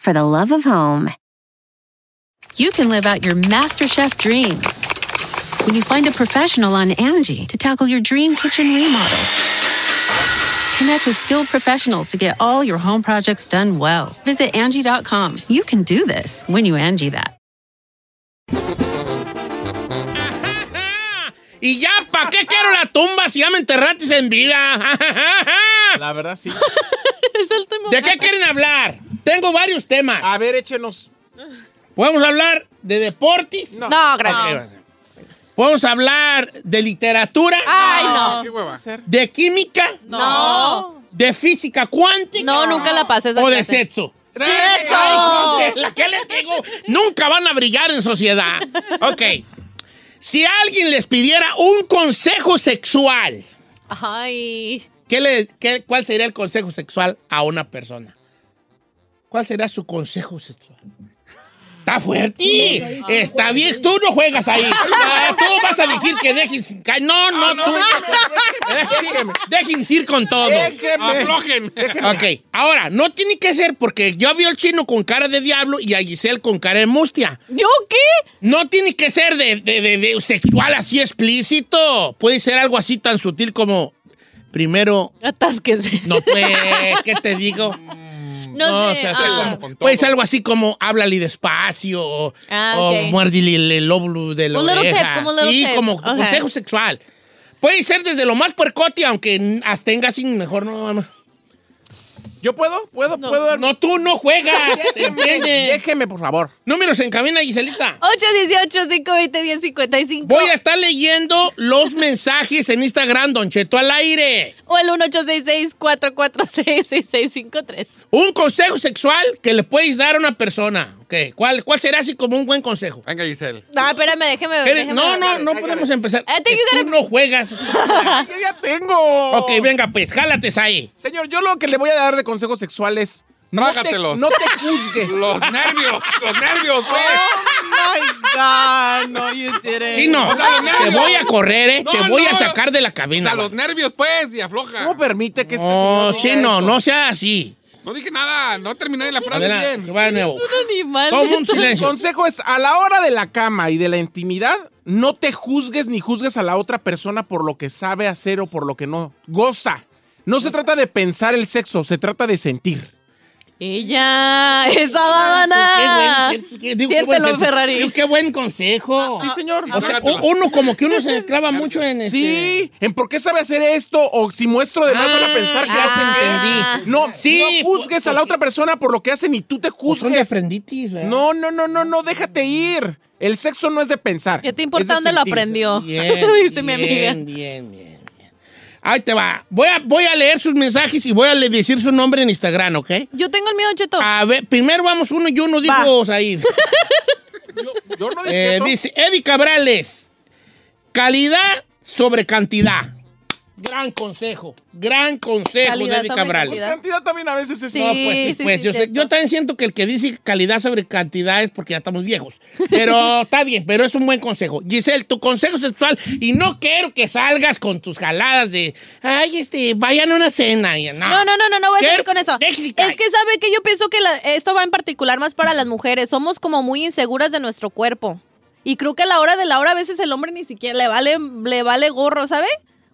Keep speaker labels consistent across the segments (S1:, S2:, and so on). S1: for the love of home.
S2: You can live out your MasterChef dream when you find a professional on Angie to tackle your dream kitchen remodel. Connect with skilled professionals to get all your home projects done well. Visit Angie.com. You can do this when you Angie that.
S3: Y ya, ¿para qué quiero la tumba si ya me enterraste en vida?
S4: La verdad, sí.
S3: ¿De qué quieren hablar? Tengo varios temas.
S4: A ver, échenos.
S3: ¿Podemos hablar de deportes?
S5: No, gracias.
S3: Ok, ¿Podemos hablar de literatura?
S5: Ay, no.
S4: Ah, ¿Qué hueva? Hacer?
S3: ¿De química?
S5: No.
S3: ¿De física cuántica?
S5: No, nunca la pases.
S3: ¿O de sexo?
S5: ¡Sexo!
S3: Ay, ¿La que les digo? Nunca van a brillar en sociedad. Ok. Si alguien les pidiera un consejo sexual,
S5: Ay.
S3: ¿qué le- qué- ¿cuál sería el consejo sexual a una persona? ¿Cuál será su consejo sexual? Está fuerte. Está bien. Tú no juegas ahí. Ah, Tú vas a decir que dejen sin caer. No, no, tú. Dejen- Dejen ir con todo.
S4: Déjeme.
S3: Aflojen. Ok. Ahora, no tiene que ser porque yo vi al chino con cara de diablo y a Giselle con cara de mustia.
S5: ¿Yo qué?
S3: No tiene que ser de, de- de- de sexual así explícito. Puede ser algo así tan sutil como primero.
S5: Atásquense.
S3: No, pues, ¿qué te digo?
S5: No
S3: o
S5: sé,
S3: sea, sea
S5: ah.
S3: como- pues algo así como háblale despacio o,
S5: Ah,
S3: o
S5: ok.
S3: muérdele el, el lóbulo de la
S5: Un little
S3: oreja.
S5: tip, como un little
S3: sí,
S5: tip.
S3: como
S5: Ok.
S3: consejo sexual. Puede ser desde lo más puercote, aunque abstenga sin mejor no. no.
S4: ¿Yo puedo? ¿Puedo? ¿Puedo dar?
S3: No, tú no juegas, ¿entiendes?
S4: Déjeme, por favor.
S3: Números en cabina, Giselita.
S5: 818-520-1055.
S3: Voy a estar leyendo los mensajes en Instagram, Don Cheto al aire.
S5: O el 1866-446-6653.
S3: Un consejo sexual que le puedes dar a una persona. Ok, ¿Cuál, ¿Cuál será así como un buen consejo?
S6: Venga, Giselle.
S5: No, Ah, espérame, déjeme ver.
S3: Eres- no, no, no podemos empezar.
S5: I think
S3: Que
S5: you
S3: Tú no juegas.
S4: Yo ya tengo.
S3: ok, venga, pues, jálates ahí.
S4: Señor, yo lo que le voy a dar de consejos sexuales. No te,
S6: Trágatelos.
S4: no te juzgues. Oh
S6: Los nervios, los nervios, pues.
S4: my God, no, you didn't.
S3: Sí, no.
S6: O sea, los
S3: Te
S6: nervios.
S3: voy a correr, ¿eh?
S6: No,
S3: Te voy
S6: no,
S3: a sacar de la cabina.
S6: A los nervios, pues, y afloja.
S4: ¿Cómo permite que este
S3: No,
S4: señor diga
S3: chino,
S4: eso?
S3: no sea así.
S6: No dije nada, no terminé la frase
S3: Adelante,
S6: bien.
S3: va de nuevo.
S5: Animal.
S3: Todo un
S4: El
S3: silencio.
S4: consejo es, a la hora de la cama y de la intimidad, no te juzgues ni juzgues a la otra persona por lo que sabe hacer o por lo que no goza. No se trata de pensar el sexo, se trata de sentir.
S5: Ella, esa
S3: Ah, Qué
S5: dábana.
S3: buen- qué- qué- digo, qué
S5: Siértelo,
S3: buen-
S5: Ferrari.
S3: digo, Qué buen consejo.
S4: Ah, Sí, señor.
S3: O sea, u- uno como que uno se clava mucho en este-
S4: Sí, en por qué sabe hacer esto o si muestro de más
S3: Ah,
S4: van a pensar que
S3: ya
S4: hacen.
S3: se entendí.
S4: No,
S3: Sí,
S4: no juzgues a la otra persona por lo que hacen y tú te
S3: O son de
S4: juzgues.
S3: aprenditis, ¿verdad?
S4: No, no, no, no, no, déjate ir. El sexo no es de pensar.
S5: ¿Qué te
S4: es de
S5: importa dónde lo
S4: sentir.
S5: aprendió?
S3: Bien,
S5: Dice mi
S3: bien,
S5: amiga.
S3: Bien, bien, bien. Ahí te va. Voy a, voy a leer sus mensajes y voy a le- decir su nombre en Instagram, ¿ok?
S5: Yo tengo el miedo, Cheto.
S3: A ver, primero vamos uno y uno, digo Said.
S4: Yo no dije
S3: Eh,
S4: eso.
S3: dice, Eddie Cabrales, calidad sobre cantidad. Gran consejo, gran consejo
S5: Calidad
S3: de Eddie
S5: sobre
S3: Cabrales.
S5: cantidad.
S4: Pues cantidad también a veces es
S5: Sí.
S3: No, pues sí,
S5: sí,
S3: pues
S5: sí,
S3: yo, sé-
S5: cierto.
S3: yo también siento que el que dice calidad sobre cantidad es porque ya estamos viejos. Pero está bien, pero es un buen consejo. Giselle, tu consejo sexual, y no quiero que salgas con tus jaladas de, ay, este, vayan a una cena. Y, no,
S5: No, no, no, no, no voy a
S3: ¿Qué?
S5: seguir con eso.
S3: Déjese caer.
S5: Es que sabe que yo pienso que la- esto va en particular más para las mujeres. Somos como muy inseguras de nuestro cuerpo. Y creo que a la hora de la hora a veces el hombre ni siquiera le vale, le vale gorro, ¿sabe?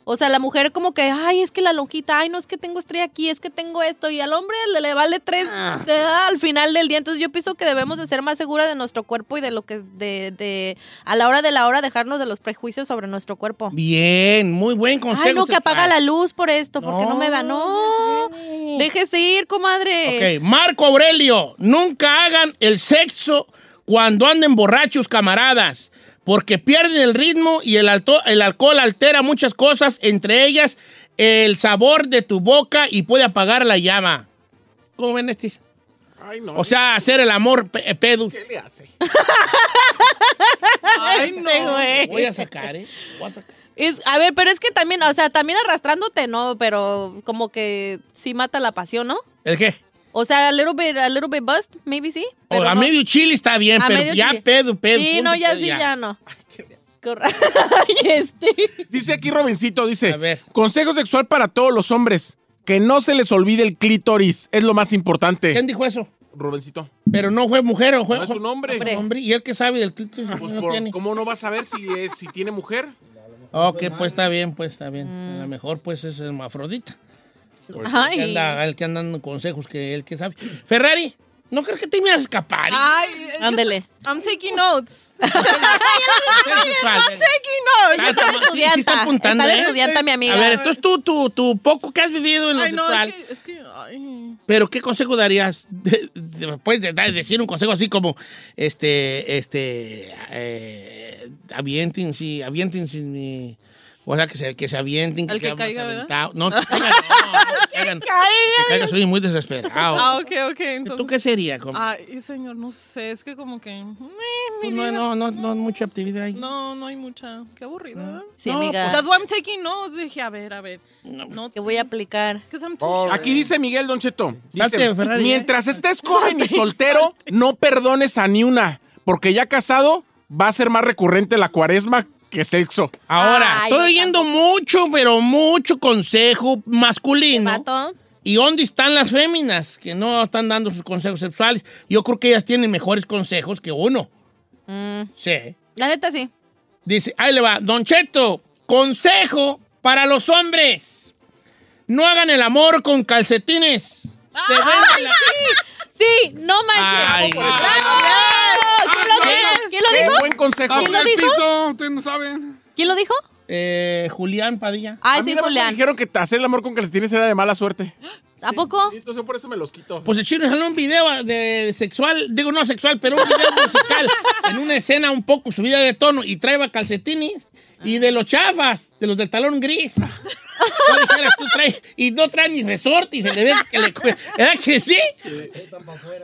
S5: O sea, la mujer como que, ay, es que la lonjita, ay, no, es que tengo estrella aquí, es que tengo esto. Y al hombre le, le vale tres de- ah, al final del día. Entonces yo pienso que debemos de ser más seguras de nuestro cuerpo y de lo que, de, de, a la hora de la hora dejarnos de los prejuicios sobre nuestro cuerpo.
S3: Bien, muy buen consejo.
S5: Ay, no, que
S3: sexual.
S5: apaga la luz por esto, porque no me va. No, déjese ir, comadre.
S3: Ok, Marco Aurelio, nunca hagan el sexo cuando anden borrachos, camaradas, porque pierden el ritmo y el, alto- el alcohol altera muchas cosas, entre ellas el sabor de tu boca y puede apagar la llama. ¿Cómo ven este?
S4: Ay, no.
S3: O sea, hacer el amor pe- eh, pedo.
S4: ¿Qué le hace? Ay, no.
S5: Este güey.
S3: Voy a sacar, ¿eh? Voy a sacar.
S5: Es- a ver, pero es que también, o sea, también arrastrándote, no, pero como que sí mata la pasión, ¿no?
S3: ¿El qué?
S5: O sea, a little bit, a little bit bust, maybe sí.
S3: O
S5: pero
S3: Oh, a
S5: no.
S3: medio chile está bien,
S5: A
S3: pero
S5: medio
S3: ya
S5: chile.
S3: pedo, pedo.
S5: Sí,
S3: punto,
S5: no, ya
S3: pedo,
S5: sí, ya, no. Corra- Ay, este.
S4: Dice aquí Robencito, dice,
S3: A ver.
S4: consejo sexual para todos los hombres, que no se les olvide el clítoris, es lo más importante.
S3: ¿Quién dijo eso?
S4: Robencito,
S3: Pero no fue mujer o fue.
S4: no es un hombre.
S5: Hombre.
S3: Hombre, ¿y él que sabe del clítoris?
S4: Pues,
S3: No
S4: por-
S3: tiene.
S4: ¿Cómo no vas a ver si, es- si tiene mujer?
S3: Ok, pues está bien, pues está bien. A
S7: Mm.
S3: lo mejor pues es hermafrodita. El que
S5: Ay.
S3: anda, el que anda dando consejos que él que sabe. Ferrari, ¿no crees que te me vas a escapar? ¿eh?
S7: Ay,
S5: Ándele.
S7: I'm taking notes.
S3: Ser sexual, ¿eh?
S7: Taking notes.
S3: Ah,
S5: Está
S3: toma- sí, sí
S5: estudianta.
S3: está apuntando,
S5: Está de
S3: ¿eh?
S5: estudianta, mi amiga.
S3: A ver, entonces tú, tú, tú, poco que has vivido en lo
S7: Ay, no,
S3: sexual,
S7: es que, es que, ay.
S3: pero ¿qué consejo darías? De- de- puedes de- dar- decir un consejo así como, este, este, eh, aviéntense, aviéntense mi... O sea, que se, que se avienten.
S7: Al que
S3: sean más
S7: caiga, ¿verdad?
S3: aventados. No, que caiga, no, no, que caigan. Que caiga, soy muy desesperado.
S7: Ah, ok, ok. Entonces,
S3: ¿Tú qué sería? compa?
S7: Ay, señor, no sé, es que como que. mm, mi
S3: Pues no,
S7: vida-
S3: no, no, no, mucha actividad ahí.
S7: No, no hay mucha. Qué aburrida.
S3: Mm.
S7: ¿verdad?
S5: Sí,
S3: No,
S5: amiga.
S7: That's why I'm taking notes. Dije, a ver, a ver.
S3: No. pues,
S7: No,
S5: ¿Qué voy a aplicar?
S7: because I'm too shy.
S4: Aquí dice Miguel Don Cheto.
S3: Salte,
S4: dice,
S3: Ferrari,
S5: ¿eh?
S4: mientras estés joven y soltero, no perdones a ni una, porque ya casado va a ser más recurrente la cuaresma que sexo.
S3: Ahora,
S5: Ay,
S3: estoy
S5: yo
S3: oyendo mucho, pero mucho consejo masculino.
S5: Mato.
S3: ¿Y dónde están las féminas que no están dando sus consejos sexuales? Yo creo que ellas tienen mejores consejos que uno. Sí.
S5: La neta sí.
S3: Dice, ahí le va, Don Cheto, consejo para los hombres. No hagan el amor con calcetines. Se ven de la-
S5: Sí, no
S3: Ay,
S5: manches.
S3: ay,
S5: ¡Bravo! ¿Quién lo dijo? ¿Quién
S4: Qué
S5: lo
S4: buen
S5: dijo?
S4: consejo.
S5: ¿Quién lo
S6: el
S5: dijo?
S6: piso, ustedes no saben.
S5: ¿Quién lo dijo?
S3: Eh, Julián Padilla.
S5: Ay,
S4: A mí
S5: sí,
S4: nada más me
S5: Julián.
S4: dijeron que hacer el amor con calcetines era de mala suerte.
S5: ¿A poco?
S4: Y Entonces por eso me los quito.
S3: Pues el chino salió un video de sexual, digo no sexual, pero un video musical en una escena un poco subida de tono y trae calcetines y de los chafas, de los del talón gris. No dijeras tú, trae- y no trae ni resorte y se le ve que le cue- ¿Era que sí?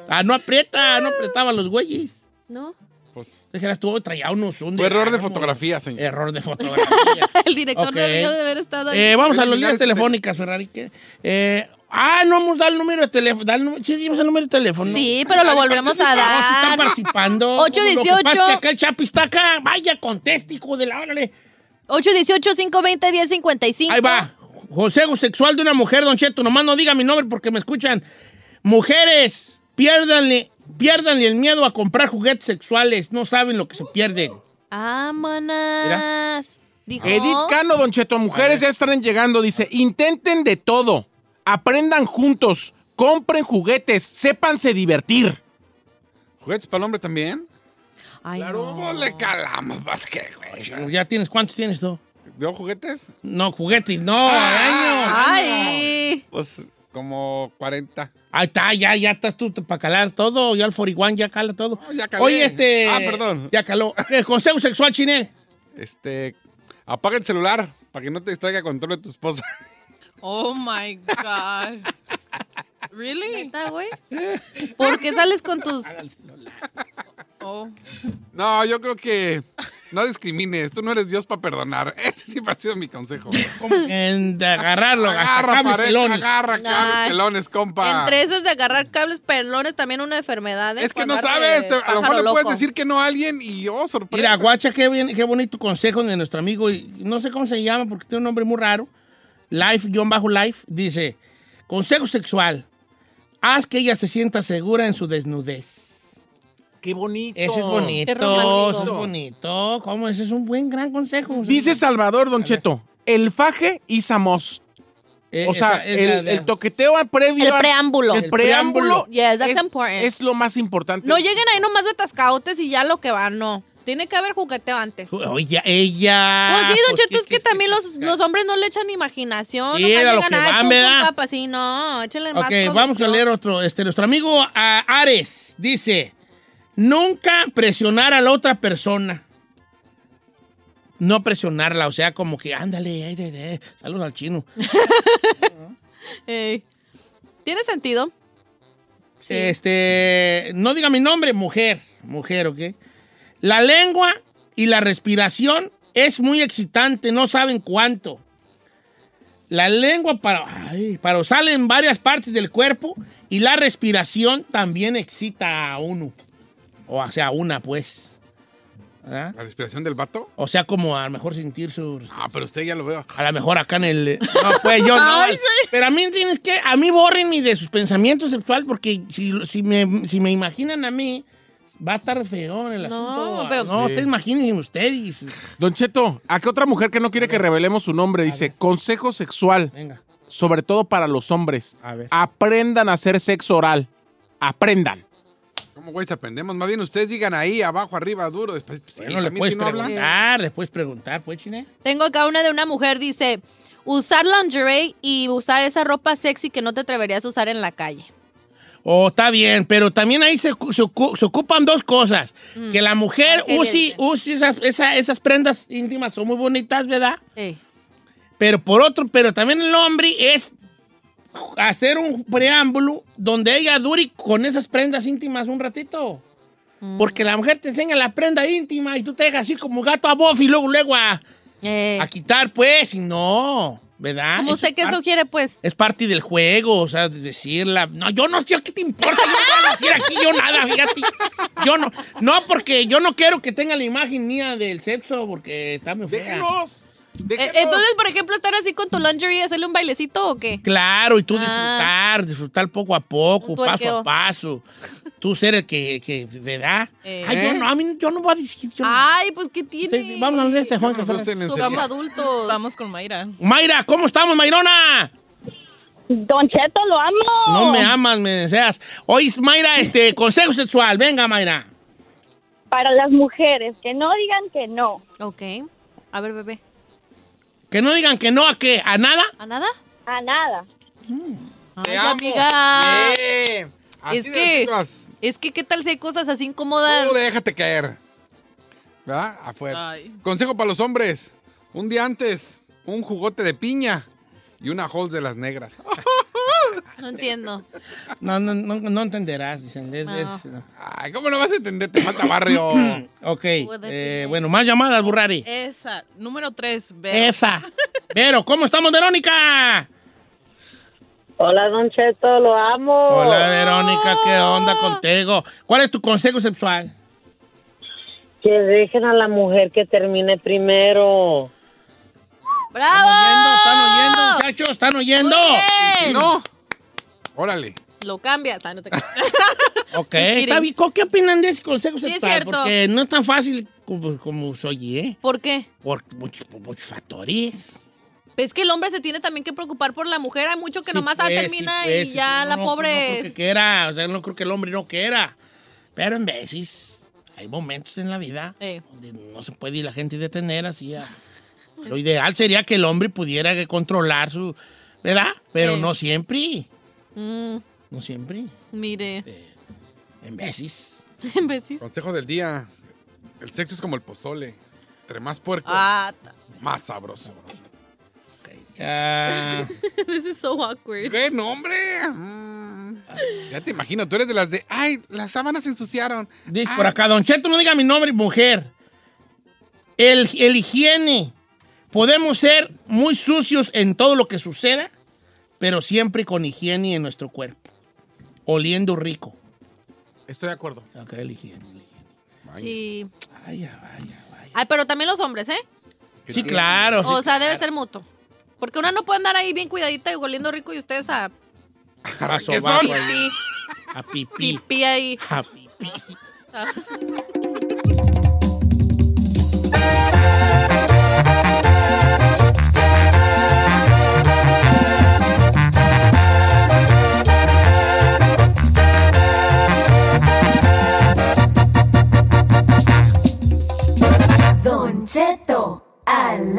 S3: Ah, no aprieta, no apretaba los güeyes.
S5: No.
S6: Pues,
S3: Dijeras tú, oh, traía unos un
S6: fue error de
S3: armo.
S6: fotografía, señor.
S3: Error de fotografía.
S5: El director
S3: Ok.
S5: debió de haber estado ahí.
S3: Eh, vamos a las
S6: Eliminar
S3: líneas
S6: ese-
S3: telefónicas, Ferrari. ¿qué? Eh, ah, no hemos dado el número de teléfono. da el número- Sí, dimos el número de teléfono.
S5: Sí, pero lo volvemos a
S3: Ah, sí están
S5: dar.
S3: participando.
S5: 818.
S3: Lo que pasa es que acá el Chapi está acá. Vaya, conteste, hijo de la órale.
S5: 818-520-1055.
S3: Ahí va. Consejo sexual de una mujer, Don Cheto. Nomás no diga mi nombre porque me escuchan. Mujeres, piérdanle, piérdanle el miedo a comprar juguetes sexuales. No saben lo que se pierden.
S5: Vámonos. Dijo.
S4: Edith Cano, Don Cheto, mujeres ya están llegando. Dice, intenten de todo. Aprendan juntos. Compren juguetes. Sépanse divertir.
S6: ¿Juguetes para el hombre también?
S5: Ay,
S6: Claro.
S5: no.
S6: Pues le calamos, más que, güey.
S3: ¿Ya tienes cuántos tienes tú?
S6: ¿Yo juguetes? Ah,
S3: No, juguetes, no, año.
S5: Ay.
S6: Pues, como 40.
S3: Ahí está, ya, ya estás tú para calar todo. Ya el 41 ya cala todo.
S6: No, ya calé.
S3: Oye, este.
S6: Ah, perdón.
S3: Ya caló. Eh, Consejo sexual, Chinel.
S6: Este, apaga el celular para que no te distraiga con todo de tu esposa.
S7: Oh my God. Really?
S5: Neta, güey. ¿Por qué sales con tus.?
S7: Oh.
S6: No, yo creo que no discrimines. Tú no eres Dios para perdonar. Ese siempre ha sido mi consejo.
S3: Como que en- de agarrarlo, hasta
S6: Agarra
S3: cables
S6: pared,
S3: pelones.
S6: agarra cables
S5: Ay.
S3: este
S6: pelones, compa.
S5: Entre esas de agarrar cables pelones, también una enfermedad. ¿eh?
S6: Es que
S5: Por
S6: no
S5: andar
S6: sabes.
S5: de
S6: te- a lo mejor
S5: pájaro
S6: le puedes
S5: loco.
S6: decir que no a alguien y oh, sorpresa.
S3: Mira, guacha, qué, bien, qué bonito consejo de nuestro amigo, y no sé cómo se llama porque tiene un nombre muy raro, Life-Life, dice, consejo sexual, haz que ella se sienta segura en su desnudez.
S4: Qué bonito.
S3: Eso es bonito,
S5: Qué romántico.
S3: eso es bonito, ¿cómo? Ese es un buen, gran consejo.
S4: Dice Salvador, Don Cheto, el faje y Samos.
S3: Eh,
S4: O sea,
S3: esa- esa
S4: el,
S3: de-
S4: el toqueteo a- previo.
S5: El
S4: a-
S5: preámbulo.
S4: El
S3: El
S4: preámbulo.
S3: preámbulo.
S5: Yes, that's
S4: es,
S5: important.
S4: es lo más importante.
S5: No lleguen ahí nomás de tascaotes y ya lo que va, no. Tiene que haber jugueteo antes. Pues
S3: Oye, ella...
S5: sí, Don
S3: pues,
S5: Cheto,
S3: ¿qué
S5: es
S3: quieres
S5: que
S3: que
S5: también
S3: te
S5: los,
S3: diga?
S5: los hombres no le echan imaginación.
S3: Sí,
S5: nomás
S3: era lo
S5: llegan,
S3: que
S5: "Ay,
S3: van,
S5: pum, pum,
S3: ¿verdad?
S5: papá". Sí, no, échenle más.
S3: Ok, vamos a
S5: producción.
S3: leer otro. Este, nuestro amigo ah, Ares dice: Nunca presionar a la otra persona. No presionarla, o sea, como que ándale, ay, ay, ay, saludos al chino.
S5: Ey. Tiene sentido.
S3: Este, no diga mi nombre, mujer, mujer, ¿ok? La lengua y la respiración es muy excitante, no saben cuánto. La lengua para, ay, para sale en varias partes del cuerpo y la respiración también excita a uno. O sea, a una, pues. ¿Verdad?
S6: ¿La respiración del vato?
S3: O sea, como a lo mejor sentir su
S6: Ah, pero usted ya lo veo.
S3: a lo mejor acá en el. No, pues yo no. Pero a mí tienes que. A mí borrenme de sus pensamientos sexuales porque si, si, me, si me imaginan a mí, va a estar feo el asunto.
S5: pero-
S3: No, ustedes imaginen ustedes.
S4: Don Cheto, ¿a qué otra mujer que no quiere que revelemos su nombre? Dice, consejo sexual,
S3: Venga.
S4: sobre todo para los hombres.
S3: A ver.
S4: Aprendan a hacer sexo oral. Aprendan.
S6: ¿Cómo, güey, se aprendemos? Más bien ustedes digan ahí, abajo, arriba, duro. Después, sí,
S3: Bueno, le
S6: también
S3: puedes
S6: si no hablan.
S3: preguntar, le puedes preguntar, pues, Chine.
S5: Tengo acá una de una mujer, dice, usar lingerie y usar esa ropa sexy que no te atreverías a usar en la calle.
S3: Oh, está bien, pero también ahí se, ocu- se ocu- se ocupan dos cosas.
S5: Mm.
S3: Que la mujer
S5: ¿Qué
S3: use,
S5: dice?
S3: use esas, esa- esas prendas íntimas, son muy bonitas, ¿verdad?
S5: Eh.
S3: Pero por otro, pero también el hombre es hacer un preámbulo donde ella dure con esas prendas íntimas un ratito.
S5: Mm.
S3: Porque la mujer te enseña la prenda íntima y tú te dejas ir como gato a bof y luego, luego a,
S5: Eh,
S3: a quitar, pues, y no, ¿verdad?
S5: ¿Cómo
S3: Eso
S5: usted
S3: es
S5: qué
S3: par-
S5: sugiere, pues?
S3: Es parte del juego, o sea, de decirla. No, yo no sé qué te importa, yo no voy a decir aquí yo nada, fíjate. Yo no, no, porque yo no quiero que tenga la imagen mía del sexo, porque está muy fea.
S4: Déjenos.
S5: Eh,
S4: déjenos.
S5: Entonces, por ejemplo, estar así con tu lingerie y hacerle un bailecito o qué?
S3: Claro, y tú
S5: Ah.
S3: disfrutar, disfrutar poco a poco,
S5: Un
S3: paso
S5: tuerqueo.
S3: a paso. Tú ser el que, que ¿verdad?
S5: Eh.
S3: Ay, yo no, a mí yo no voy a decir. yo no.
S5: Ay, pues ¿qué tiene?
S3: Te- Vamos a hablar de este Juan. que
S6: Nos
S3: fue-
S6: gusten en
S5: Somos
S6: serio.
S5: adultos.
S7: Vamos con Mayra.
S3: Mayra, ¿cómo estamos, Mayrona?
S8: Don Cheto, lo amo.
S3: No me amas, me deseas. Hoy, Mayra, este, consejo sexual. Venga, Mayra.
S8: Para las mujeres, que no digan que no.
S5: Ok. A ver, bebé.
S3: Que no digan que no a qué, a nada.
S5: ¿A nada?
S8: A nada.
S6: Te
S3: Mm.
S5: Ay,
S6: amo.
S5: amiga.
S6: Bien. Así
S5: Es
S6: de
S5: que-
S6: deciduas.
S5: Es que qué tal si hay cosas así incómodas.
S6: Tú déjate caer. ¿Verdad? Afuera.
S7: Ay.
S6: Consejo para los hombres. Un día antes, un jugote de piña y una Halls de las negras.
S5: No entiendo.
S3: No, no, no, no entenderás, dicen. es-
S5: No.
S3: es- no.
S6: Ay, ¿cómo no vas a entender? Te falta barrio.
S3: Ok,
S5: Puede
S3: eh,
S5: ser.
S3: bueno, más llamadas, Burrari.
S7: Esa. Número tres, Vero.
S3: Esa. Pero, ¿cómo estamos, Verónica?
S8: Hola, Don Cheto, lo amo.
S3: Hola, Verónica, ¿qué onda contigo? ¿Cuál es tu consejo sexual?
S8: Que dejen a la mujer que termine primero.
S5: ¡Bravo!
S3: ¿Están oyendo? ¿Están oyendo, muchachos? ¿Están oyendo?
S5: Oh. Bien.
S6: No. Órale.
S5: Lo cambia. Ah, no te creas.
S3: Ok, está bien. ¿Qué opinan de ese consejo
S5: Sí, es
S3: sexual?
S5: cierto.
S3: Porque no es tan fácil como, como soy, ¿eh?
S5: ¿Por qué?
S3: Por muchos, por muchos factores.
S5: Es que el hombre se tiene también que preocupar por la mujer. Hay mucho que
S3: Sí,
S5: nomás ah,
S3: pues,
S5: termina
S3: sí, pues,
S5: y
S3: sí,
S5: ya
S3: pues,
S5: la
S3: no, No
S5: pobre.
S3: creo que quiera, o sea, no creo que el hombre no quiera. Pero en veces hay momentos en la vida
S5: Eh.
S3: donde no se puede ir la gente detener así. a- Lo ideal sería que el hombre pudiera que controlar su... ¿Verdad? Pero
S5: Eh.
S3: no siempre.
S5: Mm,
S3: No siempre.
S5: mire.
S3: En veces.
S5: Imbécil.
S6: Consejo del día. El sexo es como el pozole. Entre más puerco,
S5: Ah, ta-
S6: más sabroso.
S3: Ah,
S5: this is so awkward.
S6: ¡Qué nombre! Mm. Ya te imagino, tú eres de las de. ¡Ay, las sábanas se ensuciaron!
S3: dice
S5: Ah.
S6: Ay,
S3: por acá, Don Cheto, no diga mi nombre, mujer. El, el higiene. Podemos ser muy sucios en todo lo que suceda, pero siempre con higiene en nuestro cuerpo. Oliendo rico.
S4: Estoy de acuerdo.
S3: Acá el higiene, el higiene.
S5: Sí.
S3: Vaya, vaya, vaya.
S5: Ay, pero también los hombres, ¿eh?
S6: qué
S3: Sí,
S6: tierno.
S3: claro.
S5: o
S3: sí,
S5: sea, debe ser mutuo. Porque una no puede andar ahí bien cuidadita y oliendo rico y ustedes a
S3: claro. A
S6: ¿Qué son?
S3: sobaco,
S5: pipí,
S3: A pipí.
S5: pipí ahí.
S3: A pipí.
S9: Don Cheto, al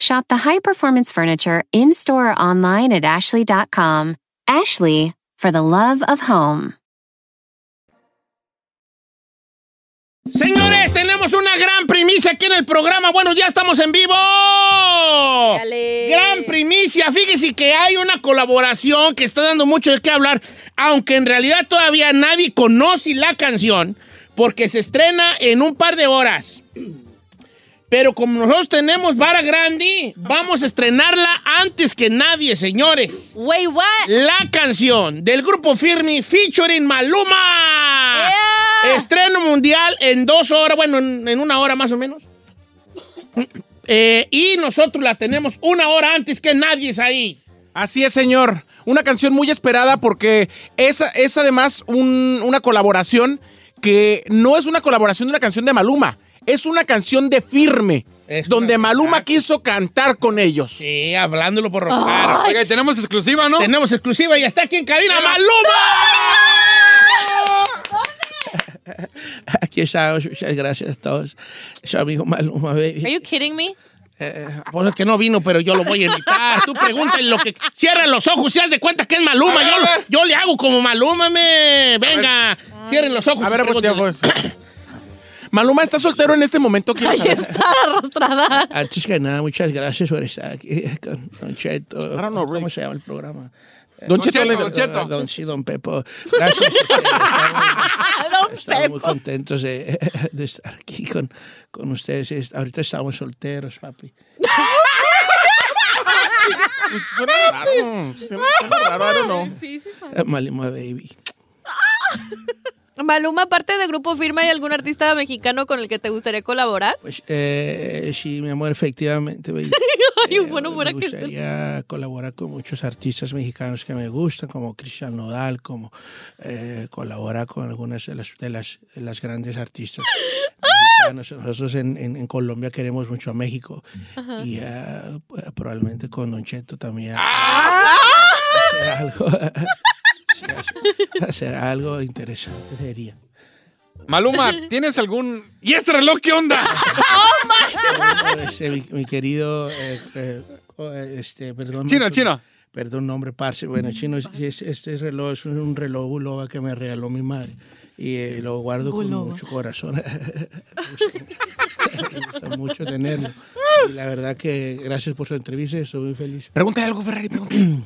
S1: Shop the high performance furniture in store or online at ashley.com. Ashley, for the love of home.
S3: Señores, tenemos una gran primicia aquí en el programa. Bueno, ya estamos en vivo. Gran primicia. Fíjese que hay una colaboración que está dando mucho de qué hablar, aunque en realidad todavía nadie conoce la canción, porque se estrena en un par de horas. Pero como nosotros tenemos vara grande, vamos a estrenarla antes que nadie, señores.
S5: Wait, what?
S3: La canción del grupo Firmi featuring Maluma. Estreno mundial en dos horas, bueno, en, en una hora más o menos. Eh, y nosotros la tenemos una hora antes que nadie es ahí.
S4: Así es, señor. Una canción muy esperada porque es, es además un- una colaboración que no es una colaboración de una canción de Maluma, es una canción de firme, donde Maluma quiso cantar con ellos.
S3: Sí, hablándolo por lo claro.
S6: Oiga, y tenemos exclusiva, ¿no?
S3: Tenemos exclusiva y está aquí en cabina Maluma. Aquí está, muchas gracias a todos. Su amigo Maluma, baby.
S5: Are you kidding me?
S3: Pues es que no vino, pero yo lo voy a invitar. Tú pregúntale lo que. Cierra los ojos y haz de cuenta que es Maluma.
S6: A ver,
S3: yo,
S6: a
S3: lo-
S6: ver.
S3: yo le hago como Maluma, me. Venga, cierren los ojos.
S4: A
S3: y
S4: ver, pues, ya,
S3: pregúntale.
S4: pues. Maluma está soltero en este momento, quiero saber.
S5: Está arrastrada.
S3: Antes que nada, muchas gracias por estar aquí con Don Cheto. ¿Cómo se llama el programa?
S4: Don Cheto,
S6: Cheto,
S4: le-
S6: Don Cheto.
S3: Ah, Don, sí, don Pepo. Gracias. ustedes. Estamos- Estamos muy contentos de, de estar aquí con, con ustedes. Es- Ahorita estamos solteros, papi.
S4: Suena raro, suena- suena raro, I don't know.
S3: Malima Baby.
S5: Maluma, aparte de Grupo Firma, ¿hay algún artista mexicano con el que te gustaría colaborar?
S3: Pues, eh, sí, mi amor, efectivamente, baby.
S5: Ay, bueno,
S3: eh, me
S5: fuera que...
S3: gustaría colaborar con muchos artistas mexicanos que me gustan, como Cristian Nodal, como eh, colabora con algunas de las, de las, de las grandes artistas mexicanas. Nosotros en, en- en Colombia queremos mucho a México y ah, probablemente con Don Cheto también.
S6: ¡Ah!
S3: Hacer algo, hacer algo interesante sería.
S6: Maluma, ¿tienes algún. ¿Y ese reloj qué onda?
S3: Este, mi, mi querido, eh, eh, oh, eh, este, perdón.
S6: Chino,
S3: mucho-
S6: chino.
S3: Perdón, nombre, parce. Bueno, chino, es- es- este reloj es un, un reloj buloba que me regaló mi madre. Y eh, lo guardo con mucho corazón. me, gusta, me gusta mucho tenerlo. Y la verdad que gracias por su entrevista, estoy muy feliz.
S4: Pregúntale algo, Ferrari, pregúntale.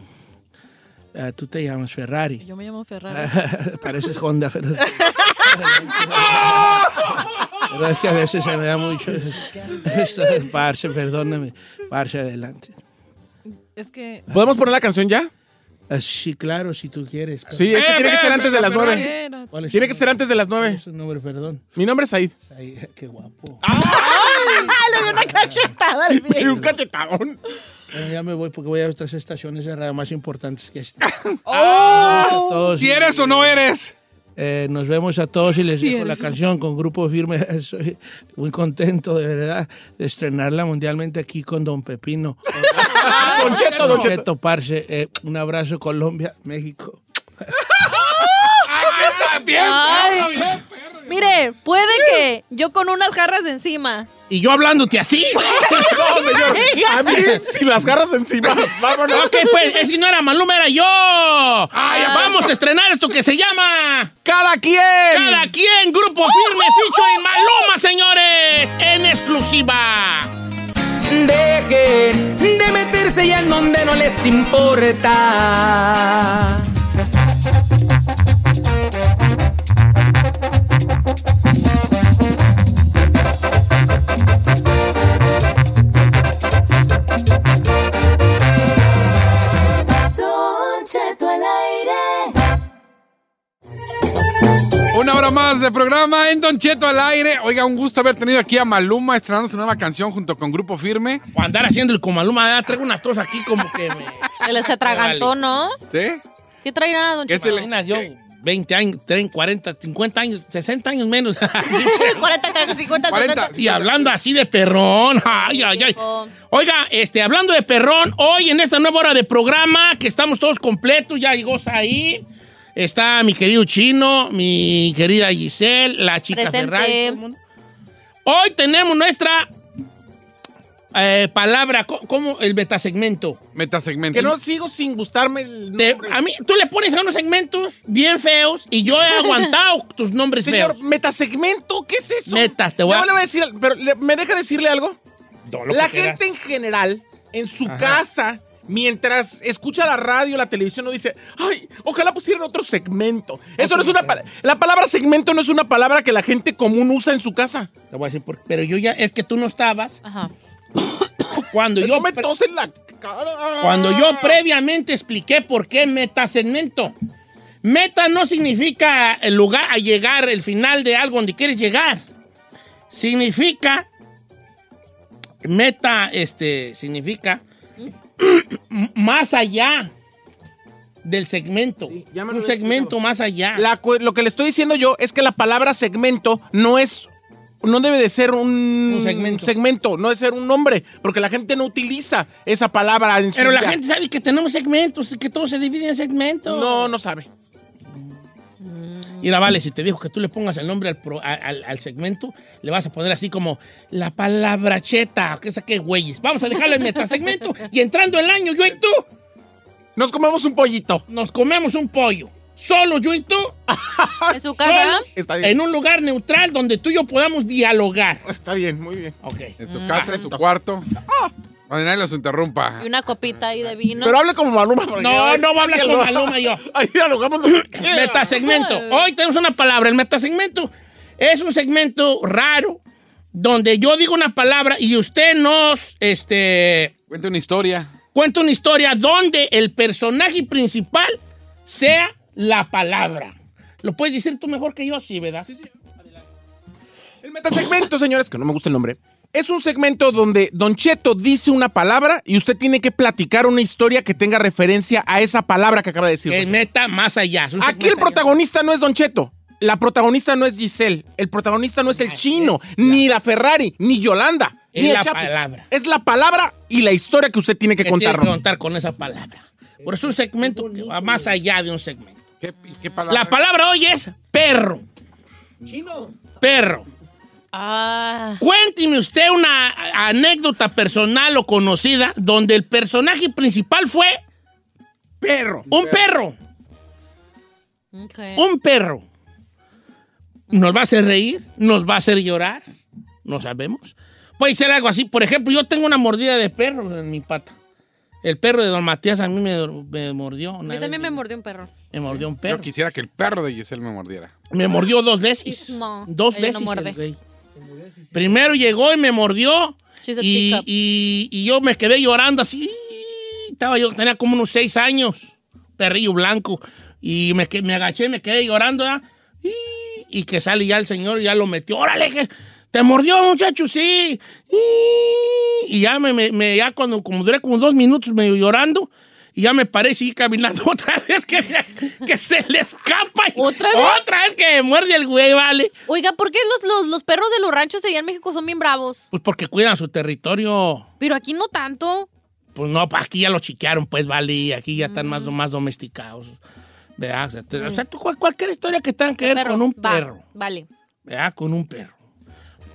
S3: Ah, tú te llamas Ferrari.
S7: Yo me llamo Ferrari.
S3: Pareces Honda, pero... Pero es que a veces se me da mucho... esto es parce, perdóname. Parce, adelante.
S7: Es que.
S4: ¿Podemos poner la canción ya?
S3: Ah, Sí, claro, si tú quieres. pero-
S4: Sí, es
S6: ¡Eh,
S4: que tiene que ser antes de las nueve.
S7: Espérate.
S3: ¿Cuál es
S4: Tiene
S3: tu
S4: que ser
S3: nombre?
S4: antes de las
S3: ¿Cuál
S4: nueve.
S3: es su nombre, perdón?
S4: Mi nombre es Said.
S3: Ay, qué guapo.
S5: ¡Ah, le dio una cachetada
S4: Y
S5: al
S4: un
S5: viejo!
S4: cachetadón.
S3: Bueno, ya me voy porque voy a otras estaciones de radio más importantes que este. esta.
S4: Ah.
S6: ¿Si eres Oh. o no eres?
S3: Eh, nos vemos a todos y les
S6: Sí,
S3: dejo la
S6: eres.
S3: canción con Grupo Firme. Soy muy contento, de verdad, de estrenarla mundialmente aquí con Don Pepino.
S4: Don Cheto, Don Cheto.
S3: Parce. Eh, un abrazo, Colombia, México.
S9: Ah,
S5: Ay. Mire, puede que yo con unas jarras encima.
S3: Y yo hablándote así.
S4: No, señor. A mí, si las garras encima. Vámonos.
S3: Ok, pues, es que no era Maluma, era yo. Ah. Vamos a estrenar esto que se llama...
S4: ¡Cada quien! Uh-huh.
S3: ¡Cada quien! Grupo Firme featuring Maluma, señores. En exclusiva.
S10: Dejen de meterse ya en donde no les importa.
S9: Don Cheto al aire.
S6: Una hora más de programa en Don Cheto al aire. Oiga, un gusto haber tenido aquí a Maluma estrenando su nueva canción junto con Grupo Firme.
S3: O andar haciendo el con Maluma, traigo una tos aquí como que me...
S5: Se les atragantó,
S3: Vale.
S5: ¿no?
S6: ¿Sí?
S5: ¿Qué traerá, don Cheto?
S3: Imagina, yo 20 años, 30, 40, 50 años, 60 años menos.
S5: 40, 30, 50, 70.
S3: y hablando así de perrón. Ay, ay, ay.
S5: Tipo,
S3: Oiga, este, hablando de perrón, hoy en esta nueva hora de programa, que estamos todos completos, ya llegó ahí. Está mi querido Chino, mi querida Giselle, la chica Ferrari.
S5: Presente.
S3: Hoy tenemos nuestra eh, palabra, co- como el metasegmento.
S6: Metasegmento.
S4: Que no sigo sin gustarme el
S3: Te-
S4: nombre.
S3: a mí, tú le pones a unos segmentos bien feos y yo he aguantado tus nombres
S4: Señor,
S3: feos.
S4: metasegmento, ¿qué es eso?
S3: Neta, te voy
S4: Ya
S3: a...
S4: le voy a decir, pero le- ¿me deja decirle algo?
S3: No, lo que
S4: la
S3: quieras.
S4: gente en general, en su
S3: Ajá.
S4: casa, mientras escucha la radio, la televisión, no dice, ay, ojalá pusieran otro segmento. Eso no es una palabra. La palabra segmento no es una palabra que la gente común usa en su casa.
S3: Te voy a decir por- Pero yo ya... Es que tú no estabas
S5: Ajá.
S3: cuando yo...
S4: No me
S3: pre-
S4: tose en la cara.
S3: Cuando yo previamente expliqué por qué metasegmento. Meta no significa el lugar a llegar, el final de algo donde quieres llegar. Significa. Meta, este, significa. más allá del segmento.
S4: Sí, ya me lo
S3: Un
S4: había
S3: segmento
S4: explicado.
S3: más allá.
S4: La cu- lo que le estoy diciendo yo es que la palabra segmento no es. No debe de ser un,
S3: Un segmento.
S4: no debe ser un nombre, porque la gente no utiliza esa palabra en su
S3: Pero la
S4: vida.
S3: gente sabe que tenemos segmentos, que todo se divide en segmentos.
S4: No, no sabe.
S3: Mira, vale, si te dijo que tú le pongas el nombre al, pro- a- al- al segmento, le vas a poner así como la palabra cheta, que esa que güeyes. Vamos a dejarlo en metasegmento y entrando el año, yo y tú,
S4: Nos comemos un pollito.
S3: nos comemos un pollo. Solo yo y tú,
S5: ¿En su casa?
S3: solos,
S4: Está bien.
S3: en un lugar neutral donde tú y yo podamos dialogar.
S6: Está bien, muy bien.
S3: Ok. Ah,
S6: En su casa, en su cuarto. Donde nadie los interrumpa.
S5: Y una copita ahí de vino.
S4: Pero hable como Maluma. porque
S3: No,
S4: es-
S3: no voy a hablar con Maluma yo.
S4: Ahí dialogamos.
S3: Metasegmento. Hoy tenemos una palabra. El metasegmento es un segmento raro donde yo digo una palabra y usted nos, este,
S6: Cuenta una historia.
S3: cuenta una historia donde el personaje principal sea la palabra. ¿Lo puedes decir tú mejor que yo? Sí, ¿verdad? Sí, sí.
S4: El metasegmento, señores, que no me gusta el nombre. Es un segmento donde Don Cheto dice una palabra y usted tiene que platicar una historia que tenga referencia a esa palabra que acaba de decir.
S3: Que meta más allá. Es un
S4: Aquí el
S3: segmento allá.
S4: protagonista no es Don Cheto. La protagonista no es Giselle. El protagonista no es el chino, ni la Ferrari, ni Yolanda,
S3: Es
S4: ni el
S3: la
S4: Chapis.
S3: palabra.
S4: Es la palabra y la historia que usted tiene que
S3: Que tiene que
S4: contarnos.
S3: contar con esa palabra. Por eso es un segmento que va más allá de un segmento.
S6: ¿Qué, qué palabra?
S3: La palabra hoy es perro. Perro.
S5: Ah.
S3: Cuénteme usted una a- anécdota personal o conocida donde el personaje principal fue
S4: Perro.
S3: un perro.
S5: ok.
S3: Un perro nos va a hacer reír, nos va a hacer llorar, no sabemos. Puede ser algo así. Por ejemplo, yo tengo una mordida de perro en mi pata. El perro de Don Matías a mí me, me mordió.
S5: A
S3: una
S5: mí
S3: vez.
S5: también me mordió un perro.
S3: Me mordió un perro.
S6: Yo quisiera que el perro de Giselle me mordiera.
S3: Me mordió dos veces.
S5: Ismo.
S3: Dos
S5: Ella no
S3: veces. el
S5: muerde.
S3: güey. Primero llegó y me mordió.
S5: She's a
S3: Y,
S5: teacup.
S3: y- y yo me quedé llorando así. Estaba yo, tenía como unos seis años, perrillo blanco. Y me, que- me agaché, me quedé llorando. ¿verdad? Y, y que sale ya el señor, y ya lo metió. Órale, que Te mordió, muchacho, sí. Y ya me, me- me- ya cuando como duré como dos minutos medio llorando. Y ya me paré y seguí caminando otra vez que, que se le escapa. y-
S5: ¿Otra vez?
S3: Otra vez que me muerde el güey, vale.
S5: Oiga, ¿por qué los, los, los perros de los ranchos allá en México son bien bravos?
S3: Pues porque cuidan su territorio.
S5: Pero aquí no tanto.
S3: Pues no, pa, aquí ya lo chiquearon, pues vale, aquí ya están más, más domesticados. ¿Verdad? O sea, te- o sea, tú, cual- cualquier historia que tenga que ver con un
S5: Va,
S3: perro.
S5: Vale.
S3: ¿Verdad? Con un perro.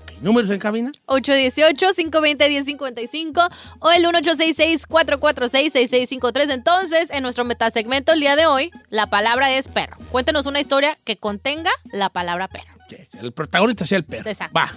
S3: Ok, ¿Números en cabina?
S5: 818-520-1055 o el 1866-446-6653. Entonces, en nuestro metasegmento el día de hoy, la palabra es perro. Cuéntenos una historia que contenga la palabra perro.
S3: El protagonista sea el perro.
S5: Exacto.
S3: Va.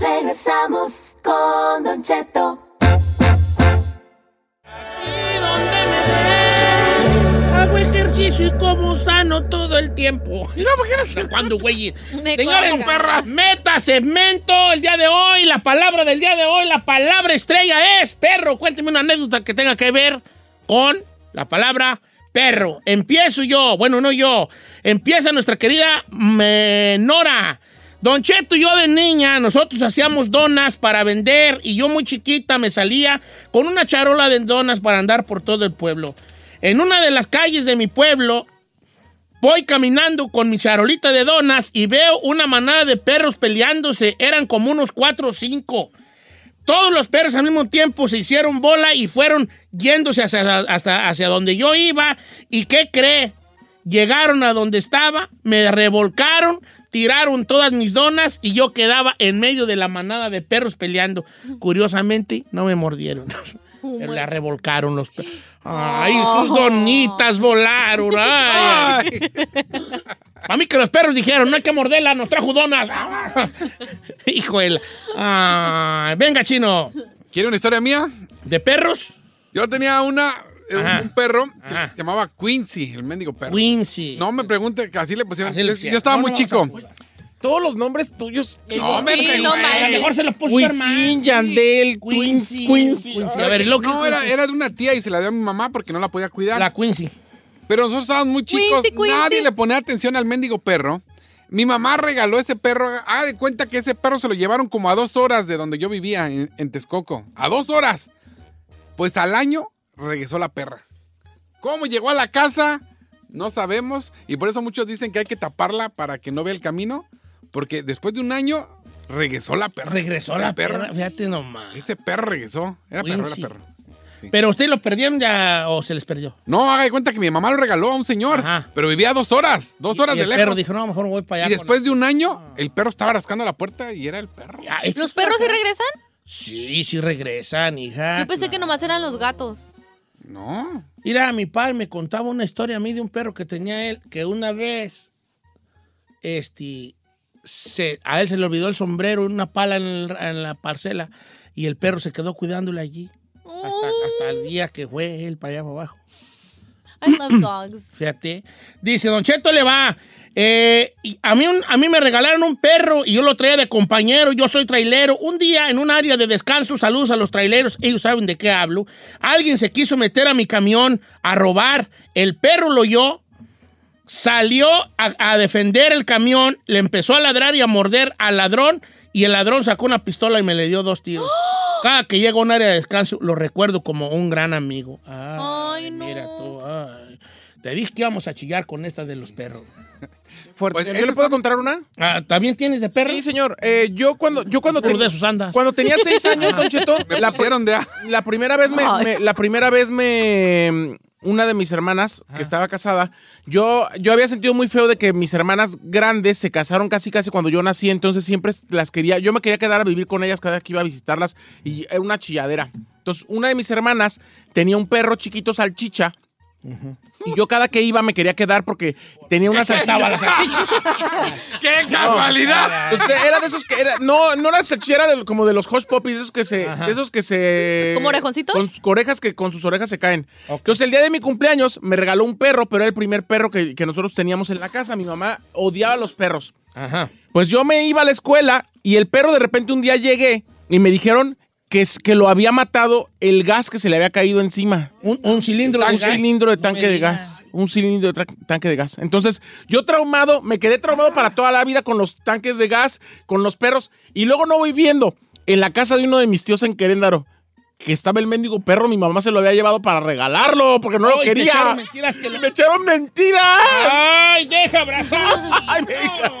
S9: Regresamos con Don Cheto.
S3: Hago ejercicio y como sano todo el tiempo. Y No, porque no sé cuándo, güey.
S5: Me
S3: Señores,
S5: cuelga.
S3: perra. Meta segmento el día de hoy. La palabra del día de hoy, la palabra estrella es perro. Cuénteme una anécdota que tenga que ver con la palabra perro. Empiezo yo. Bueno, no yo. Empieza nuestra querida Menora. Don Cheto y yo de niña, nosotros hacíamos donas para vender y yo muy chiquita me salía con una charola de donas para andar por todo el pueblo. En una de las calles de mi pueblo Voy caminando con mi charolita de donas y veo una manada de perros peleándose. Eran como unos cuatro o cinco. Todos los perros al mismo tiempo se hicieron bola y fueron yéndose hacia, hasta- hacia donde yo iba. ¿Y qué cree? Llegaron a donde estaba, me revolcaron, tiraron todas mis donas y yo quedaba en medio de la manada de perros peleando. Curiosamente, no me mordieron. Pero la revolcaron los perros. ¡Ay, sus donitas volaron! ¡Ay! A mí que los perros dijeron, no hay que morderla, nos trajo donas. Hijo de la- ah, Ay, venga, chino.
S6: ¿Quiere una historia mía?
S3: ¿De perros?
S6: Yo tenía una, eh,
S3: Ajá.
S6: un perro que se llamaba Quincy, el mendigo perro.
S3: Quincy.
S6: No me pregunte, que así le pusieron.
S3: Así le
S6: Yo-
S3: pusieron.
S6: yo estaba
S3: No,
S6: muy
S3: no,
S6: chico.
S4: Todos los nombres tuyos.
S6: No, me pregunte.
S3: A lo mejor se los puso su
S4: Wisin, Yandel, Quincy. Quincy.
S3: Quincy. A ver, lo que-
S6: No, era, era de una tía y se la dio a mi mamá porque no la podía cuidar.
S3: La Quincy.
S6: Pero nosotros estábamos muy chicos,
S5: Quincy, Quincy.
S6: nadie le ponía atención al mendigo perro. Mi mamá regaló ese perro. Haga de cuenta que ese perro se lo llevaron como a dos horas de donde yo vivía, en, en Texcoco. ¡A dos horas! Pues al año regresó la perra. ¿Cómo llegó a la casa? No sabemos. Y por eso muchos dicen que hay que taparla para que no vea el camino. Porque después de un año regresó la perra.
S3: Regresó la perra. Fíjate nomás.
S6: Ese perro regresó. Era perro, era
S3: Quincy.
S6: perro.
S3: Pero ustedes lo perdieron ya o se les perdió.
S6: No, haga de cuenta que mi mamá lo regaló a un señor, pero vivía a dos horas, dos horas
S3: y
S6: de
S3: el
S6: lejos.
S3: perro dijo, Ah. no, mejor voy para allá.
S6: y después de un año, el perro estaba rascando la puerta y era el perro.
S5: ¿Los perros
S3: ¿eh?
S5: sí regresan?
S3: Ah, Sí, sí regresan, hija.
S5: Yo pensé que nomás eran los gatos.
S6: No.
S3: Mira, mi padre me contaba una historia a mí de un perro que tenía él, que una vez, este, se- a él se le olvidó el sombrero, en una pala en, el- en la parcela, y el perro se quedó cuidándole allí, hasta, hasta el día que fue él para allá para abajo.
S5: I love dogs.
S3: Fíjate. Dice, Don Cheto le va. eh, y a, mí un- a mí me regalaron un perro y yo lo traía de compañero. Yo soy trailero. Un día en un área de descanso, saludos a los traileros, ellos saben de qué hablo. Alguien se quiso meter a mi camión a robar. El perro lo oyó, salió a, a defender el camión, le empezó a ladrar y a morder al ladrón y el ladrón sacó una pistola y me le dio dos tiros. Cada que llego a un área de descanso lo recuerdo como un gran amigo. Ah. Ay, mira tú. ay. Te dije que íbamos a chillar con esta de los perros. Ah,
S4: Fuerte. ¿Yo le puedo contar una?
S3: ¿También tienes de perro?
S4: Pues, Sí, señor. Eh, yo cuando, yo cuando,
S3: Burro
S4: ten-
S3: de sus andas.
S4: cuando tenía seis años, Don Cheto, la, pr-
S6: Pusieron de
S4: la primera vez me,
S6: Ay.
S4: me- la primera vez me una de mis hermanas que estaba casada, yo, yo había sentido muy feo de que mis hermanas grandes se casaron casi casi cuando yo nací, entonces siempre las quería, yo me quería quedar a vivir con ellas cada vez que iba a visitarlas y era una chilladera. Entonces, una de mis hermanas tenía un perro chiquito salchicha Y yo cada que iba me quería quedar porque tenía una salchicha.
S3: Estaba la salchicha.
S6: ¡Qué casualidad!
S4: Pues, era de esos que era, no, no era salchicha, era de- como de los hot poppies, esos que se, de esos que se.
S5: ¿Como orejoncitos?
S4: Con sus orejas que con sus orejas se caen. Entonces el día de mi cumpleaños me regaló un perro, pero era el primer perro que, que nosotros teníamos en la casa. Mi mamá odiaba a los perros.
S3: Ajá.
S4: Pues yo me iba a la escuela y el perro de repente un día llegué y me dijeron que, es- que lo había matado el gas que se le había caído encima.
S3: Un, cilindro
S4: de
S3: gas.
S4: Un cilindro de tanque de gas. Un cilindro de tra- tanque de gas. Entonces, yo traumado, me quedé traumado para toda la vida con los tanques de gas, con los perros. Y luego no voy viendo en la casa de uno de mis tíos en Queréndaro que estaba el mendigo perro. Mi mamá se lo había llevado para regalarlo porque no lo
S3: Ay, te
S4: quería.
S3: echaron mentiras que lo-
S4: ¡Me echaron mentiras!
S3: ¡Ay, deja abrazar!
S4: ¡Ay, me
S3: Te echaron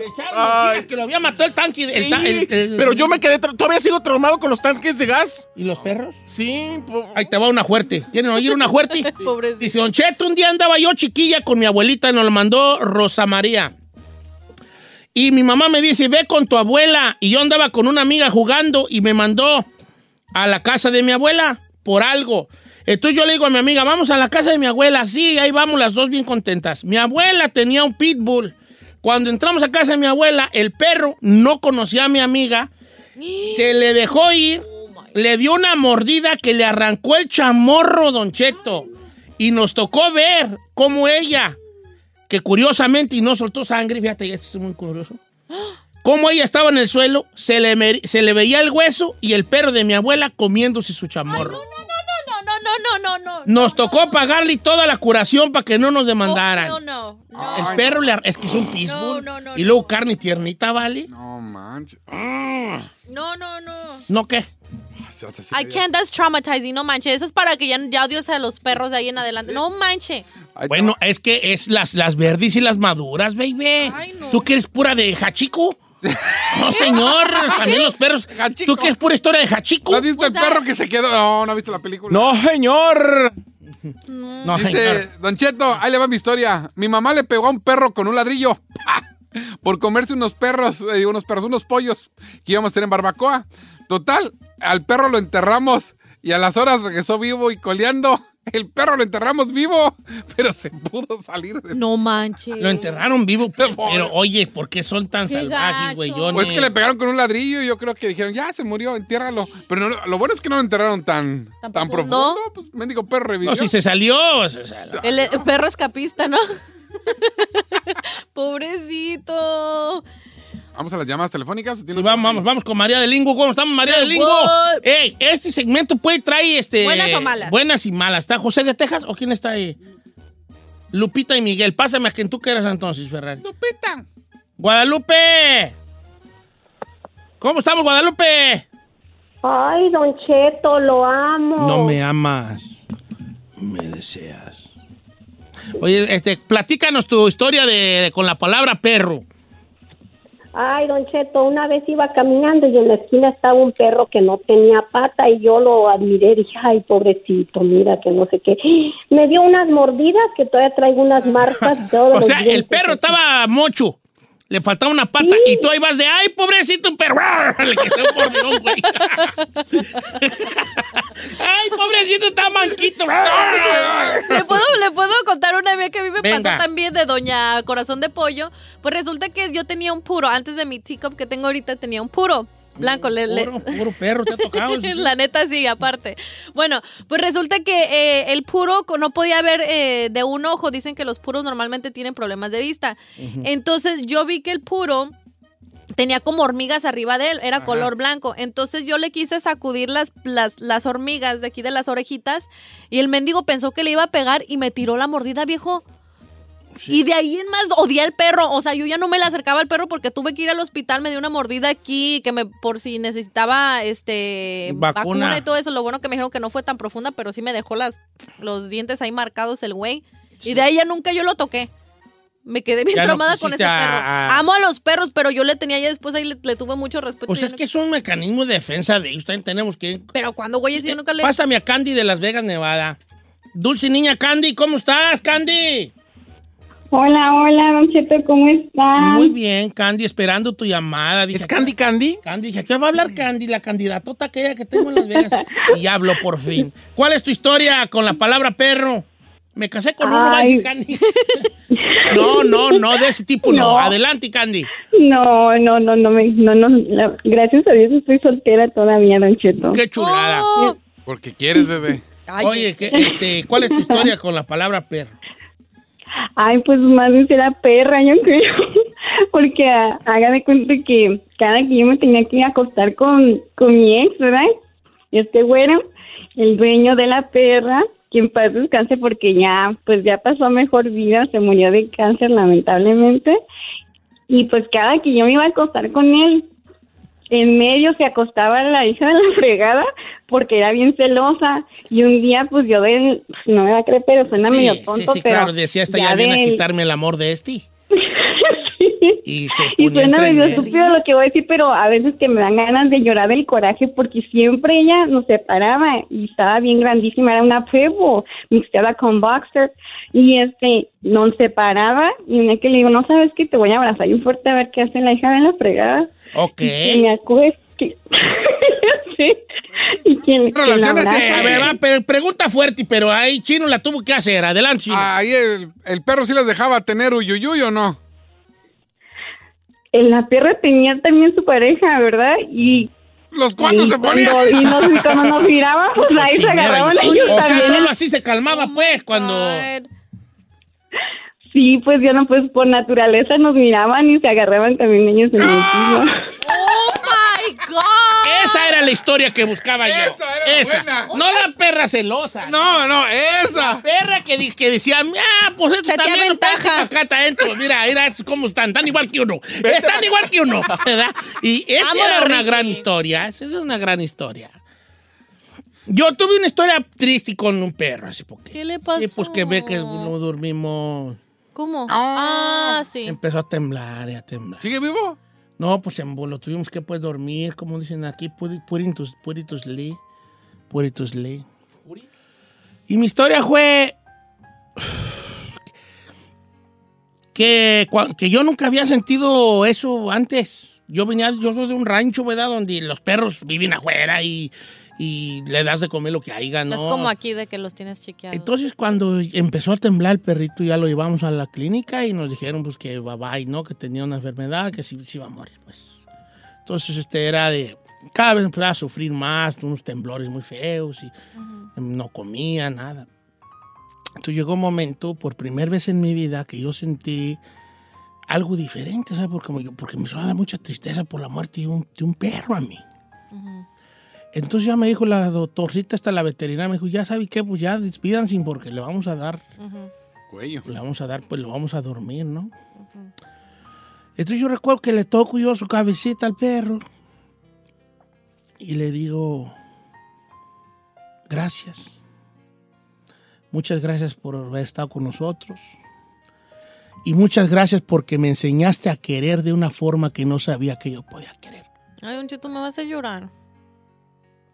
S3: mentiras que lo había matado el tanque. el ta- el- el-
S4: Pero yo me quedé, tra- todavía sigo traumado con los tanques de gas.
S3: ¿Y los perros?
S4: Sí, po-
S3: Ahí te va una fuerte. ¿Quieren oír una fuerte? Dice, Don Cheto, un día andaba yo chiquilla con mi abuelita, nos lo mandó Rosa María. Y mi mamá me dice, ve con tu abuela. Y yo andaba con una amiga jugando y me mandó a la casa de mi abuela por algo. Entonces yo le digo a mi amiga, vamos a la casa de mi abuela. Sí, ahí vamos las dos bien contentas. Mi abuela tenía un pitbull. Cuando entramos a casa de mi abuela, el perro no conocía a mi amiga. Se le dejó ir, le dio una mordida que le arrancó el chamorro, Don Cheto. Y nos tocó ver cómo ella, que curiosamente y no soltó sangre, fíjate, esto es muy curioso. Cómo ella estaba en el suelo, se le, mer- se le veía el hueso y el perro de mi abuela comiéndose su chamorro.
S5: No, no, no, no, no, no.
S3: Nos tocó pagarle toda la curación para que no nos demandaran.
S5: No, no. no.
S3: El perro le ar- es que es un pitbull.
S5: No, no, no,
S3: y luego carne tiernita, ¿vale? Mm.
S6: No manches.
S5: No, no, no.
S3: ¿No qué?
S5: I can't, that's traumatizing. No manches. Eso es para que ya, ya odies a los perros de ahí en adelante. No manches.
S3: Bueno, es que es las, las verdes y las maduras, baby. ¿Tú que eres pura de hachico? No, señor. También los perros. ¿Tú que eres pura historia de hachico?
S6: ¿No has visto el perro que se quedó? No, no has visto la película.
S4: No, señor.
S3: No,
S6: Dice, Don Cheto, ahí le va mi historia. Mi mamá le pegó a un perro con un ladrillo. Por comerse unos perros, eh, unos perros, unos pollos que íbamos a tener en barbacoa. Total, al perro lo enterramos y a las horas regresó vivo y coleando. El perro lo enterramos vivo, pero se pudo salir. De...
S5: No manches.
S3: Lo enterraron vivo. Pero oye, ¿por qué son tan
S5: Qué
S3: salvajes, Eh.
S5: gacho.
S3: güey?
S6: Pues es que le pegaron con un ladrillo y yo creo que dijeron, ya se murió, entiérralo. Pero no lo- lo bueno es que no lo enterraron tan, tan, profundo. Pues mendigo perro revivió.
S3: No, si se salió. o sea,
S5: El, el perro escapista, ¿no? Pobrecito.
S6: Vamos a las llamadas telefónicas.
S3: Sí, vamos, vamos, vamos con María de Lingo. ¿Cómo estamos, María de Lingo?
S6: What?
S3: Ey, este segmento puede traer este.
S5: Buenas o malas.
S3: Buenas y malas. ¿Está José de Texas o quién está ahí? Lupita y Miguel. Pásame a quien tú quieras entonces, Ferrari.
S6: Lupita.
S3: ¡Guadalupe! ¿Cómo estamos, Guadalupe?
S11: Ay, Don Cheto, lo amo.
S3: No me amas. Me deseas. Oye, este, platícanos tu historia de, de- con la palabra perro.
S11: Ay, Don Cheto, una vez iba caminando y en la esquina estaba un perro que no tenía pata y yo lo admiré. Dije, ay, pobrecito, mira que no sé qué. Me dio unas mordidas que todavía traigo unas marcas. de todos
S3: O
S11: los
S3: sea, el
S11: dientes.
S3: perro estaba mocho. Le faltaba una pata y tú ahí vas de, ¡ay, pobrecito perro! Le quité un mordión, güey. ¡Ay, pobrecito, está manquito!
S5: ¿Le puedo, le puedo contar una vez que a mí me
S3: Venga.
S5: pasó también de Doña Corazón de Pollo. Pues resulta que yo tenía un puro. Antes de mi teacup que tengo ahorita tenía un puro. Blanco, le, le-
S3: Puro, puro perro, te ha tocado. sí, sí.
S5: La neta sí, aparte. Bueno, pues resulta que eh, el puro co- no podía ver eh, de un ojo. Dicen que los puros normalmente tienen problemas de vista.
S12: Ujú.
S5: Entonces yo vi que el puro tenía como hormigas arriba de él, era color blanco. Entonces yo le quise sacudir las, las, las hormigas de aquí de las orejitas y el mendigo pensó que le iba a pegar y me tiró la mordida, viejo. Y de ahí en más odié al perro. O sea, yo ya no me le acercaba al perro porque tuve que ir al hospital. Me dio una mordida aquí que me por si necesitaba este
S3: Vacuna.
S5: vacuna, y todo eso. Lo bueno que me dijeron que no fue tan profunda, pero sí me dejó las, los dientes ahí marcados el güey. Y de ahí ya nunca yo lo toqué. Me quedé bien
S3: Ya no
S5: traumada con ese
S3: quisiste
S5: perro.
S3: a- a-
S5: Amo a los perros, pero yo le tenía ya después ahí le, le tuve mucho respeto.
S3: Pues
S5: Yo
S3: es
S5: no-
S3: que es un mecanismo de defensa de ellos. También tenemos que...
S5: Pero cuando güey,
S3: eh,
S5: si yo nunca le.
S3: Pásame a Candy de Las Vegas, Nevada. Dulce niña Candy, ¿cómo estás, Candy?
S13: Hola, hola, Don Cheto, ¿cómo están?
S3: Muy bien, Candy, esperando tu llamada. ¿Es Candy Candy? Candy, dije, ¿qué va a hablar Candy? La candidatota aquella que tengo en Las Vegas. y hablo por fin. ¿Cuál es tu historia con la palabra perro? Me casé con uno, va a decir Candy. No, no, no, de ese tipo no.
S13: No.
S3: Adelante, Candy.
S13: No, no, no, no, me- no, no, la- gracias a Dios estoy soltera todavía, Don Cheto.
S3: Qué chulada.
S13: Oh.
S6: Porque quieres, bebé.
S3: Oye, ¿qué, este, ¿cuál es tu historia con la palabra perro?
S13: Ay, pues más bien será perra, yo creo. Porque ah, haga de cuenta que cada que yo me tenía que acostar con, con mi ex, ¿verdad? Y este güero, el dueño de la perra, quien paz descanse porque ya, pues ya pasó a mejor vida, se murió de cáncer lamentablemente. Y pues cada que yo me iba a acostar con él, en medio se acostaba la hija de la fregada porque era bien celosa. Y un día, pues yo de, no me va a creer, pero suena
S3: sí,
S13: medio tonto,
S3: sí, sí,
S13: pero
S3: claro, decía esta ya,
S13: ya
S3: viene a
S13: del-
S3: quitarme el amor de este. Y se
S13: y
S3: ponía
S13: suena
S3: entre
S13: medio
S3: medio.
S13: estúpido lo que voy a decir, pero a veces que me dan ganas de llorar del coraje porque siempre ella nos separaba y estaba bien grandísima, era una pebo mixteada con boxer y este nos separaba y una que le digo, no sabes que te voy a abrazar bien fuerte a ver qué hace la hija de la fregada.
S3: Ok.
S13: Y me acuerdo que... sí. Y quien, quien la
S6: eh.
S13: abraza-
S3: A ver, va, pero pregunta fuerte, pero ahí Chino la tuvo que hacer. Adelante, Chino.
S6: Ahí el, el perro sí las dejaba tener uyuyuy o no.
S13: En la tierra tenía también su pareja, ¿verdad? Y...
S6: Los
S3: cuantos se ponían.
S13: Y nos, y cuando nos miraba, pues ahí se
S3: Cochinera,
S13: agarraban
S3: y-
S13: ellos
S3: O sea,
S13: también.
S3: solo así se calmaba, pues, cuando...
S13: Sí, pues ya no, pues por naturaleza nos miraban y se agarraban también ellos en el piso.
S3: ¡Oh, my God! Esa era la historia que buscaba yo. Esa era No la perra celosa.
S6: No, no, esa.
S3: La perra que, di- que decía, ah, pues esto también no ventaja. acá está dentro. Mira, mira estos cómo están, están igual que uno. Están igual que uno, ¿verdad? Y esa
S4: Vámonos,
S3: era una
S4: Ricky.
S3: gran historia, esa es una gran historia. Yo tuve una historia triste con un perro hace poco.
S5: ¿Qué le pasó?
S3: Y pues que ve que no dormimos.
S5: ¿Cómo? Ah, sí.
S3: Empezó a temblar y a temblar.
S6: ¿Sigue vivo?
S3: No, pues en- lo tuvimos que pues dormir, como dicen aquí, puritus, puritus lee, puritus lee. Y mi historia fue que, cua- que yo nunca había sentido eso antes. Yo venía, yo soy de un rancho, ¿verdad? Donde los perros viven afuera y, y le das de comer lo que haya, ¿no?
S5: No es como aquí de que los tienes chiqueados.
S3: Entonces, cuando empezó a temblar el perrito, ya lo llevamos a la clínica y nos dijeron pues que bye bye, ¿no? Que tenía una enfermedad, que sí, sí iba a morir, pues. Entonces, este era de. Cada vez empezaba a sufrir más, unos temblores muy feos y no comía, nada. Entonces llegó un momento, por primera vez en mi vida, que yo sentí algo diferente, ¿sabes? Porque, me- porque me suena mucha tristeza por la muerte de un, de un perro a mí. Entonces ya me dijo la doctorcita, hasta la veterinaria, me dijo, ya sabe qué, pues ya despídanse porque le vamos a dar
S6: Cuello.
S3: le vamos a dar, pues lo vamos a dormir, ¿no? Entonces yo recuerdo que le toco yo su cabecita al perro y le digo, gracias. Muchas gracias por haber estado con nosotros. Y muchas gracias porque me enseñaste a querer de una forma que no sabía que yo podía querer.
S5: Ay, un chito, me vas a llorar.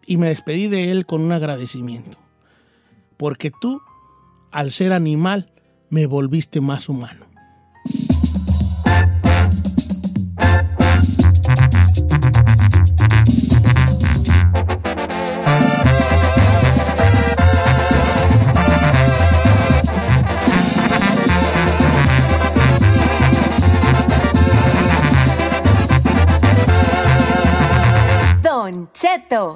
S3: Y me despedí de él con un agradecimiento. Porque tú, al ser animal, me volviste más humano.
S9: Don Cheto.